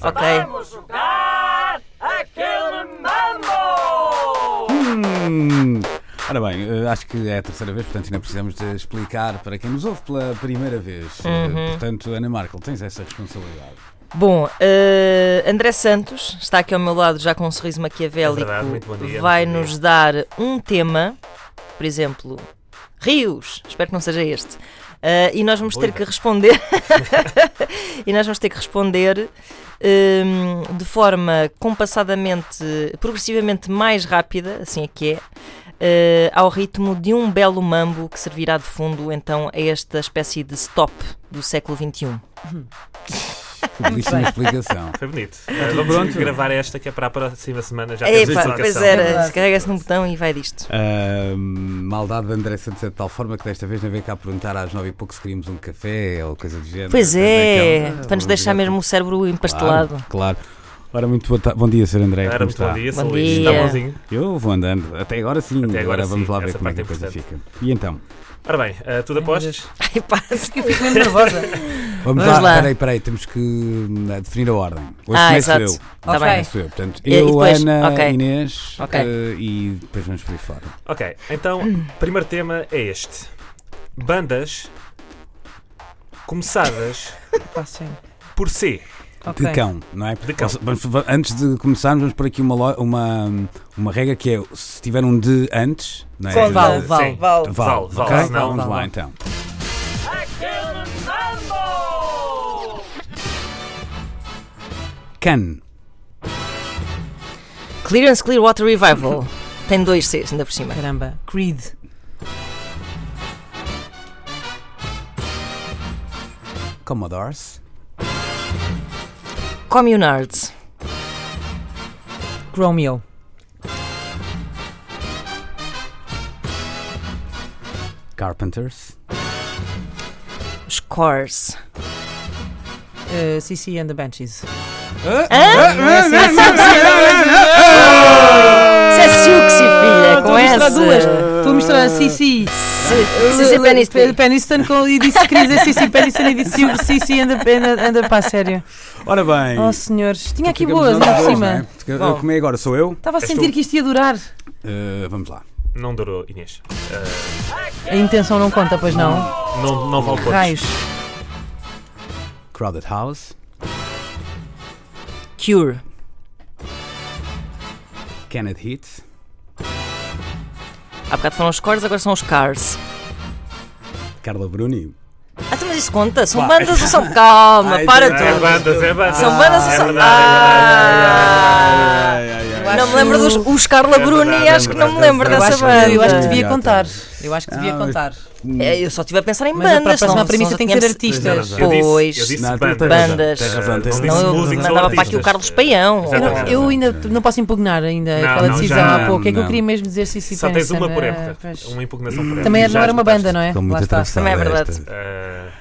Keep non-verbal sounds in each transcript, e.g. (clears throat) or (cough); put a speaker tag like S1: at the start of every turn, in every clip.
S1: Ok.
S2: Vamos jogar aquele mambo!
S3: Hum. Ora bem, eh, acho que é a terceira vez, portanto ainda precisamos de explicar para quem nos ouve pela primeira vez. Eh,
S1: Uhum.
S3: Portanto, Ana Markel, tens
S1: (laughs)
S3: essa responsabilidade.
S1: Bom, eh, André Santos está aqui ao meu lado já com um sorriso maquiavélico.
S2: É verdade, muito bom dia,
S1: Vai
S2: muito bom
S1: nos dar um tema, por exemplo, rios. Espero que não seja este. Eh, e nós vamos ter
S2: Boa.
S1: que responder. (laughs) e nós vamos ter que responder hum, de forma compassadamente, progressivamente mais rápida, assim é que é, eh, ao ritmo de um belo mambo que servirá de fundo então a esta espécie de stop do século um. XXI.
S3: Belíssima explicação.
S1: (laughs)
S2: Foi bonito. Ah, Vamos
S3: Pronto.
S2: gravar esta que é para a próxima semana. Já temos
S1: Epá,
S2: a
S1: pois
S2: explicação.
S4: É
S1: era,
S4: verdade.
S1: carrega-se num botão e vai disto.
S3: Ahm, maldade de André Santos é de tal forma que desta vez não veio cá perguntar às nove e pouco se queríamos um café ou coisa do género.
S1: Pois é,
S3: Daquela-
S1: para nos deixar mesmo o cérebro
S3: assim. Claro,
S1: empastelado.
S3: Claro. Ora, muito boa ta- bom dia, Sr. André.
S2: Era
S3: como
S2: muito bom
S3: está?
S2: dia,
S1: Bom
S2: sou Luís.
S1: dia.
S2: Está bonzinho.
S3: Eu vou andando, até agora sim.
S2: Até agora
S3: vamos
S2: sim,
S3: lá ver
S2: essa
S3: como é
S2: parte
S3: que a
S2: é
S3: coisa fica.
S2: importante.
S3: E então,
S2: Ora bem, ah, tudo apostas?
S1: Ai, pá,
S4: Eu fico mesmo nervosa.
S3: vamos,
S1: Vamos lá.
S3: Peraí, peraí, temos que hum, definir a ordem. Hoje
S1: Ah,
S3: começo
S1: exato.
S3: eu.
S1: Tá
S3: Hoje
S4: bem.
S3: começo eu. Portanto,
S1: E- e
S3: eu,
S1: depois?
S3: Ana,
S1: Ok.
S3: Inês
S1: Ok.
S3: eh, e depois vamos por aí fora.
S2: Ok, então,
S1: (clears throat)
S2: primeiro tema é este: bandas começadas
S4: Pá, Tá, sim.
S2: por C.
S4: Ok.
S3: De cão, não é?
S2: De cão.
S3: Vamos- vamos- antes de começarmos, vamos por aqui uma, lo- uma, uma regra que é se tiver um de antes, não é?
S1: Com
S3: De-
S1: val,
S2: Sim.
S1: val,
S2: Sim.
S1: val.
S3: Val,
S2: Val,
S3: ok?
S2: val, senão-
S3: Vamos
S4: val,
S3: lá
S4: val.
S3: então.
S2: Aquele mambo!
S3: Can,
S1: (laughs) Clearance Clearwater Revival. Tem dois Cs ainda por cima.
S4: Caramba. Creed.
S3: Commodores,
S1: Communards.
S4: Romeo.
S3: Carpenters,
S1: Scores.
S4: eh, CC and the Benches. é assim,
S1: Isso é Siuxi, filha, com
S4: Estou a misturar
S1: essa.
S4: duas. Estou a misturar CC.
S1: Sissy Peniston.
S4: Peniston com- e disse que queria dizer CC Peniston e disse Silver CC and the, and the, and the- Pá, sério.
S3: Ora bem.
S4: Oh, senhores. Tinha aqui
S3: Então ficamos
S4: boas,
S3: nós
S4: ainda por
S3: dois, não é?
S4: cima.
S3: Porque,
S4: Bom.
S3: uh, Como é agora? Sou eu?
S4: Estava a
S2: És
S4: sentir
S2: tu.
S4: que isto ia durar.
S3: Uh, vamos lá.
S2: Não durou, Inês. Ah,
S4: A intenção não conta, pois não?
S2: não, não vale pontos.
S4: Raios.
S3: Crowded House,
S1: Cure.
S3: Kenneth Heat,
S1: Há bocado foram os Scores, agora são os Cars.
S3: Carla Bruni.
S1: Ah, então, mas isso conta? São
S3: Pá.
S1: bandas ou são. Calma,
S3: Ai,
S1: para
S3: Deus.
S2: É
S1: tudo.
S2: bandas, é bandas.
S1: São bandas ou
S2: é
S1: são.
S2: verdade,
S1: Ah! Não me lembro dos os Carla
S2: É verdade,
S1: Bruni,
S2: é
S1: acho que não me
S2: verdade,
S1: lembro
S4: Eu
S2: é
S1: dessa
S4: acho, que,
S1: banda.
S4: Tá eu acho que devia
S3: Ah,
S4: contar. Eu acho que devia
S3: Ah, mas-
S4: contar.
S1: É, eu só estive a pensar em
S4: Mas a
S1: bandas.
S4: próxima
S1: não-
S4: premissa
S1: não
S4: tem que ser
S1: tínhamos-
S2: é verdade.
S4: artistas.
S2: Eu disse-
S1: Ah, Pois.
S2: Eu disse
S3: Não,
S2: bandas.
S3: tens
S1: razão, Bandas.
S3: tens razão, tens razão.
S2: Não disse
S1: Senão eu
S2: músicos ou
S1: mandava para aqui o
S2: artistas.
S1: Carlos Paião.
S4: Eu,
S2: Exatamente.
S4: não- eu ainda não posso impugnar ainda
S2: Não,
S4: aquela
S2: não,
S4: decisão
S2: já-
S4: há pouco. É que eu
S3: não.
S4: queria mesmo dizer CC
S2: Só tens uma por
S4: época.
S2: época. Uma impugnação por época.
S4: Também
S2: Já
S4: não era uma
S2: esgotaste.
S4: banda, não é?
S3: Estou
S4: Lá
S3: muito
S4: está.
S3: atravessado.
S1: Também é verdade.
S3: esta.
S2: Ah,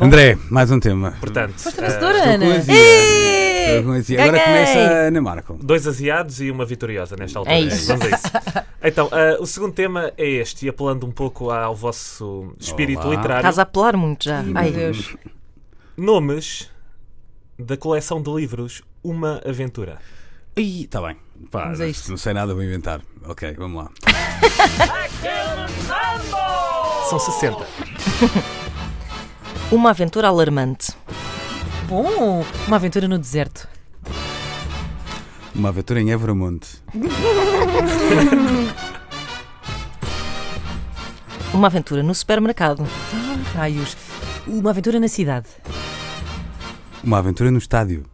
S3: André, mais um tema.
S2: portanto,
S4: Foste
S2: ah,
S4: vencedora,
S3: Estou
S4: Ana.
S3: com azia.
S1: Ih,
S3: Estou com azia. Agora
S1: ganhei.
S3: começa a Ana Marco.
S2: dois asiados e uma vitoriosa nesta altura.
S1: É isso.
S2: Vamos a isso. Então, ah, o segundo tema é este, e apelando um pouco ao vosso espírito
S3: Olá.
S2: literário,
S1: Estás a apelar muito já. Ai.
S4: Meu Deus.
S2: nomes da coleção de livros Uma Aventura.
S3: Ih, está bem. Pá,
S4: Vamos a isto.
S3: não sei nada, vou inventar. Ok, vamos lá.
S2: São 60.
S1: Uma aventura alarmante.
S4: Bom, uma aventura no deserto.
S3: Uma aventura em Evramonte.
S1: Uma aventura no supermercado.
S4: Raios. Uma aventura
S1: (laughs)
S4: na cidade.
S3: Uma aventura no estádio.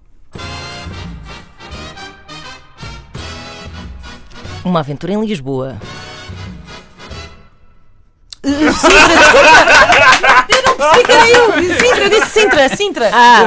S1: Uma aventura em Lisboa.
S4: Caiu! Sintra, eu disse Sintra, Sintra.
S1: Ah,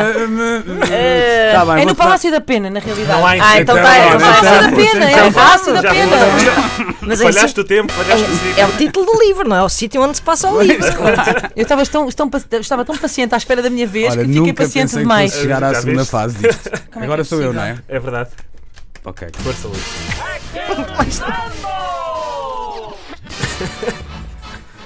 S1: eh,
S3: Está tá bem,
S4: é no
S3: vou-
S4: Palácio da Pena, na realidade.
S2: Não há
S1: Ah, então tá,
S2: é
S1: então tá.
S4: Palácio da Pena, é o Palácio da
S2: Então Já vou
S4: Pena.
S1: mas é,
S2: Falhaste o tempo, falhaste o
S1: isso- é
S2: ciclo.
S1: o título do livro, não é? É o sítio onde se passa o livro.
S4: tá. Eu estava tão, tão paci- estava tão paciente à espera da minha vez
S3: Olha,
S4: é que fiquei
S3: nunca
S4: paciente
S3: pensei
S4: demais.
S3: que fosse chegar
S2: Já
S3: à
S2: viste?
S3: segunda fase
S4: (laughs)
S3: disto.
S4: é
S3: Agora
S4: que é
S3: sou eu, não
S4: possível?
S3: é?
S2: É verdade.
S3: Ok.
S2: Força, Luís.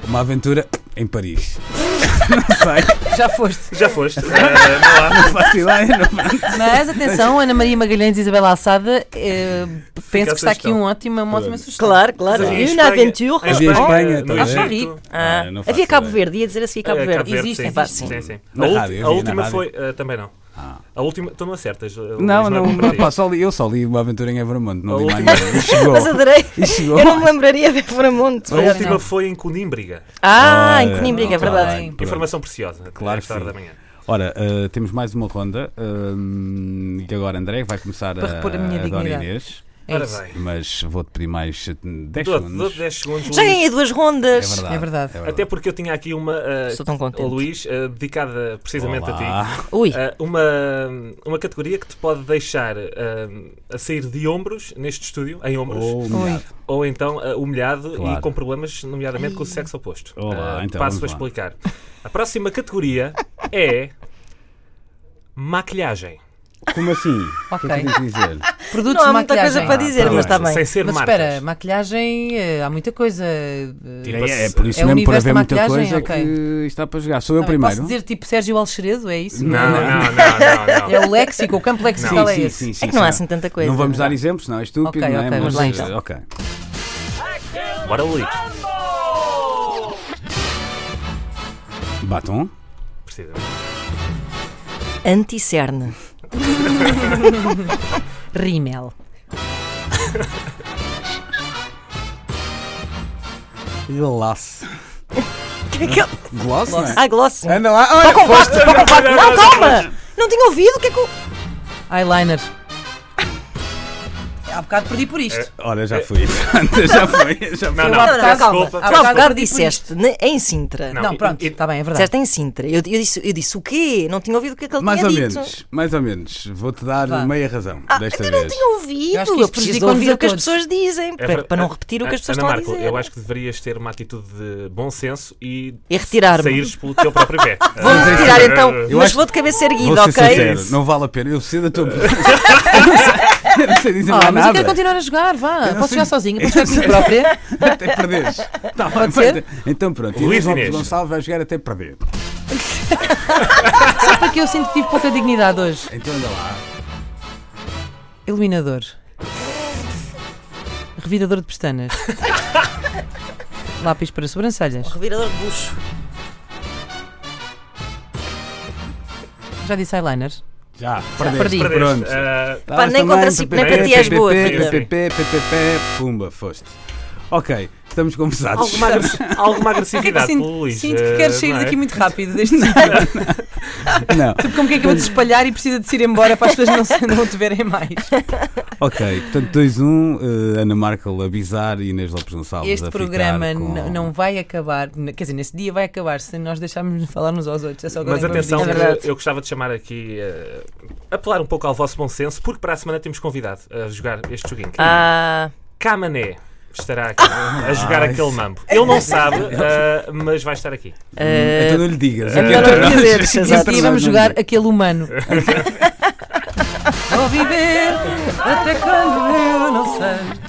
S3: Uma aventura em Paris.
S4: (laughs)
S3: não sei,
S4: Já foste.
S2: Já foste. Eh, não há.
S3: não faço
S4: é
S3: ideia. Não...
S4: Mas atenção, Ana Maria Magalhães e Isabela Assada, eh, penso
S2: a
S4: que está aqui
S2: sugestão.
S4: um ótimo, uma ótima sugestão.
S1: Claro, claro.
S2: Mas havia
S1: E
S2: em
S1: na
S2: Espanha- é?
S1: aventura.
S2: em
S3: Havia em Espanha,
S2: no
S4: talvez.
S2: Egito.
S1: Ah,
S3: Ah, não faço
S1: havia Cabo
S3: ideia.
S1: Verde, ia dizer a seguir Cabo
S2: eh,
S1: Verde.
S2: Cabo Verde,
S1: Existe, É
S2: sim,
S1: pá,
S2: sim,
S1: sim.
S2: sim, sim.
S3: Na
S2: A ulti-
S3: rádio, havia
S2: a
S3: na
S2: última
S3: rádio.
S2: foi. eh, Também não.
S3: Ah.
S2: A última. Tu não acertas. eh, Luís,
S3: Não,
S2: é
S3: não,
S2: para
S3: não
S2: ti.
S3: posso. só li- Eu só li uma aventura em Evermont, não li
S2: A
S4: (laughs)
S3: mais nada. E chegou.
S1: Mas adorei.
S3: E chegou.
S1: Eu não me lembraria de Framonte.
S2: A
S1: melhor
S2: última
S1: não.
S2: foi em Conímbriga.
S1: Ah,
S3: Ah,
S1: em Conímbriga, é
S3: tá
S1: verdade.
S3: bem, pronto.
S2: Informação preciosa.
S3: Claro que
S2: esta hora
S3: sim.
S2: da manhã.
S3: Ora, eh, temos mais uma ronda. eh, e agora, André, vai começar
S4: Para
S3: a,
S4: repor a minha
S3: Dona
S4: dignidade.
S3: Inês.
S4: É
S2: Ora
S4: isso.
S2: bem.
S3: Mas vou-te pedir mais 10
S2: Dou-te
S3: segundos.
S2: dou-te 10 segundos.
S1: Já
S2: Luís.
S1: ganhei duas
S3: É
S1: rondas.
S3: verdade.
S4: É verdade.
S2: Até porque eu tinha aqui uma. eh,
S1: Estou tão tá contente.
S2: ao Luís, eh, dedicada precisamente a ti.
S3: Olá.
S1: Ui,
S2: Eh, uma, uma categoria que te pode deixar eh, a sair de ombros neste estúdio, em ombros,
S3: Oh, humilhado.
S2: ou então eh, humilhado
S3: Claro.
S2: e com problemas, nomeadamente com o sexo oposto.
S3: Olá,
S2: Eh,
S3: então,
S2: passo a
S3: vamos lá.
S2: explicar. A próxima categoria é maquilhagem.
S3: Como assim? O que é que eu tenho que dizer?
S4: Produtos
S1: não há
S4: de
S1: muita coisa
S4: maquilhagem. Ah.
S1: para dizer,
S3: tá
S1: mas está
S3: bem.
S1: bem.
S2: Sem ser
S4: Mas
S2: marcas.
S4: espera, maquilhagem, eh, há muita coisa. eh,
S2: Tipo,
S3: É, é
S2: se-
S3: por isso
S4: É o
S3: mesmo,
S4: universo
S3: por
S4: da
S3: haver muita
S4: maquilhagem,
S3: coisa é
S4: ok.
S3: que está para jogar. Sou eu
S4: Ah, bem,
S3: primeiro?
S4: Posso dizer tipo Sérgio Alxeredo, é isso?
S2: Não, não, não, não.
S1: (laughs)
S4: É o léxico, o campo lexical é
S3: sim,
S4: esse.
S3: sim, sim,
S1: É que não há
S3: sim.
S1: assim tanta coisa.
S3: Não vamos dar exemplos, não é estúpido,
S4: Ok,
S3: não é?
S4: ok, vamos lá
S3: eh,
S4: então.
S3: Ok.
S1: É
S2: Bora, Luís.
S3: Batom,
S2: Precisa.
S1: Anticerne.
S4: Rímel.
S3: gloss.
S1: Que é que eu-
S3: Gloss, não é?
S1: Ah, gloss.
S3: Anda lá, olha, foste.
S1: Não, calma! Não tinha ouvido o que é que. eu-
S3: Ah,
S4: Eyeliner. Há bocado perdi por isto.
S3: Ora, já fui. (laughs) Pronto, já foi. Já foi.
S2: Não,
S4: Eu
S2: não,
S4: há bocado-
S2: peço
S4: calma,
S2: desculpa.
S1: Não,
S4: há bocado
S1: há bocado
S4: perdi por
S1: disseste ne- em Sintra.
S2: Não,
S4: Não,
S2: e-
S4: pronto,
S2: e-
S4: está bem, é verdade.
S1: Disseste em Sintra. Eu, eu disse, eu disse o quê? Não tinha ouvido o que é que ele
S3: Mais
S1: tinha
S3: ou
S1: dito.
S3: menos, mais ou menos. Vou-te dar
S4: Vá.
S3: meia razão
S1: Ah,
S3: desta
S1: eu
S3: vez.
S1: não tinha ouvido.
S4: Eu acho que
S1: Eu, preciso de
S4: isto prejudicou-nos
S1: ouvir
S4: a
S1: o que as
S4: todos.
S1: pessoas dizem
S2: É
S1: para,
S2: ver-
S1: para não repetir o que as pessoas
S2: Ana
S1: estão a
S2: Marco,
S1: dizer.
S2: eu acho que deverias ter uma atitude de bom senso e
S1: E retirar-me.
S2: saíres pelo teu
S1: (laughs)
S2: próprio pé.
S1: Vou-me retirar então,
S2: Eh,
S3: Eu
S1: mas
S3: acho-
S1: vou de cabeça
S3: Vou
S1: erguida,
S3: ser
S1: ok?
S3: sincero, não vale a pena. Eu sei da tua. (laughs) eu não sei- eu não sei dizer
S4: Ah,
S3: mais
S4: mas eu quero
S3: nada.
S4: continuar a jogar, vá.
S3: não
S4: Posso
S3: sei-
S4: jogar sozinha, posso jogar comigo própria.
S3: Até perderes. Tá,
S4: Pode
S3: vai-
S4: ser?
S3: Então pronto,
S2: Luís
S3: Inês Lopes
S2: Inês.
S3: Gonçalves vai jogar até perder.
S4: Só porque eu sinto é que tive pouca dignidade hoje.
S3: Então anda lá.
S4: Iluminador. Revidador de pestanas. Lápis para sobrancelhas.
S1: Revirador de bucho.
S4: Já disse eyeliner.
S3: Já, perdeste.
S4: perdi.
S3: Pronto.
S2: Perdeste. Eh,
S3: Estavas
S1: nem
S3: também,
S1: contra si-
S3: PPP,
S1: nem para ti és
S3: PPP,
S1: boa,
S2: filha.
S3: PPP, PPP, pumba, foste. Ok, estamos conversados.
S2: alguma,
S1: (laughs)
S2: agressi-
S1: é
S2: alguma agressividade
S4: sinto,
S2: pelo Luís.
S4: sinto é que
S2: eh,
S4: queres sair
S2: não é?
S4: daqui muito rápido deste sítio.
S3: (laughs) Não.
S4: Como que é que eu vou te espalhar e precisa de se ir embora para as pessoas não, se- não te verem mais?
S3: Ok, portanto 2-1, eh, Ana Markel a bizar e Inês Lopes Gonçalves a
S4: Este
S3: ficar
S4: programa
S3: com-
S4: n- não vai acabar, n- quer dizer, nesse dia vai acabar se nós deixarmos de falar uns aos outros. É só agora
S2: Mas
S4: que vamos
S2: atenção,
S4: dizer.
S2: que eu gostava de chamar aqui, eh, apelar um pouco ao vosso bom senso, porque para a semana temos convidado a jogar este joguinho.
S1: Ah,
S2: Camané estará aqui a jogar
S3: Ah,
S2: aquele mambo. Ele não sabe, eh, mas vai estar aqui.
S4: É
S3: Então não lhe
S4: Eh,
S3: digas.
S1: Então
S3: aqui
S1: não
S3: entre
S1: lhe
S3: nós. (laughs)
S1: dizeres,
S3: Aqui
S1: exato.
S3: entre
S4: E
S3: nós
S4: vamos
S3: não
S4: jogar
S3: digas.
S4: aquele
S3: (laughs)
S4: humano. Vou viver até quando eu não sei.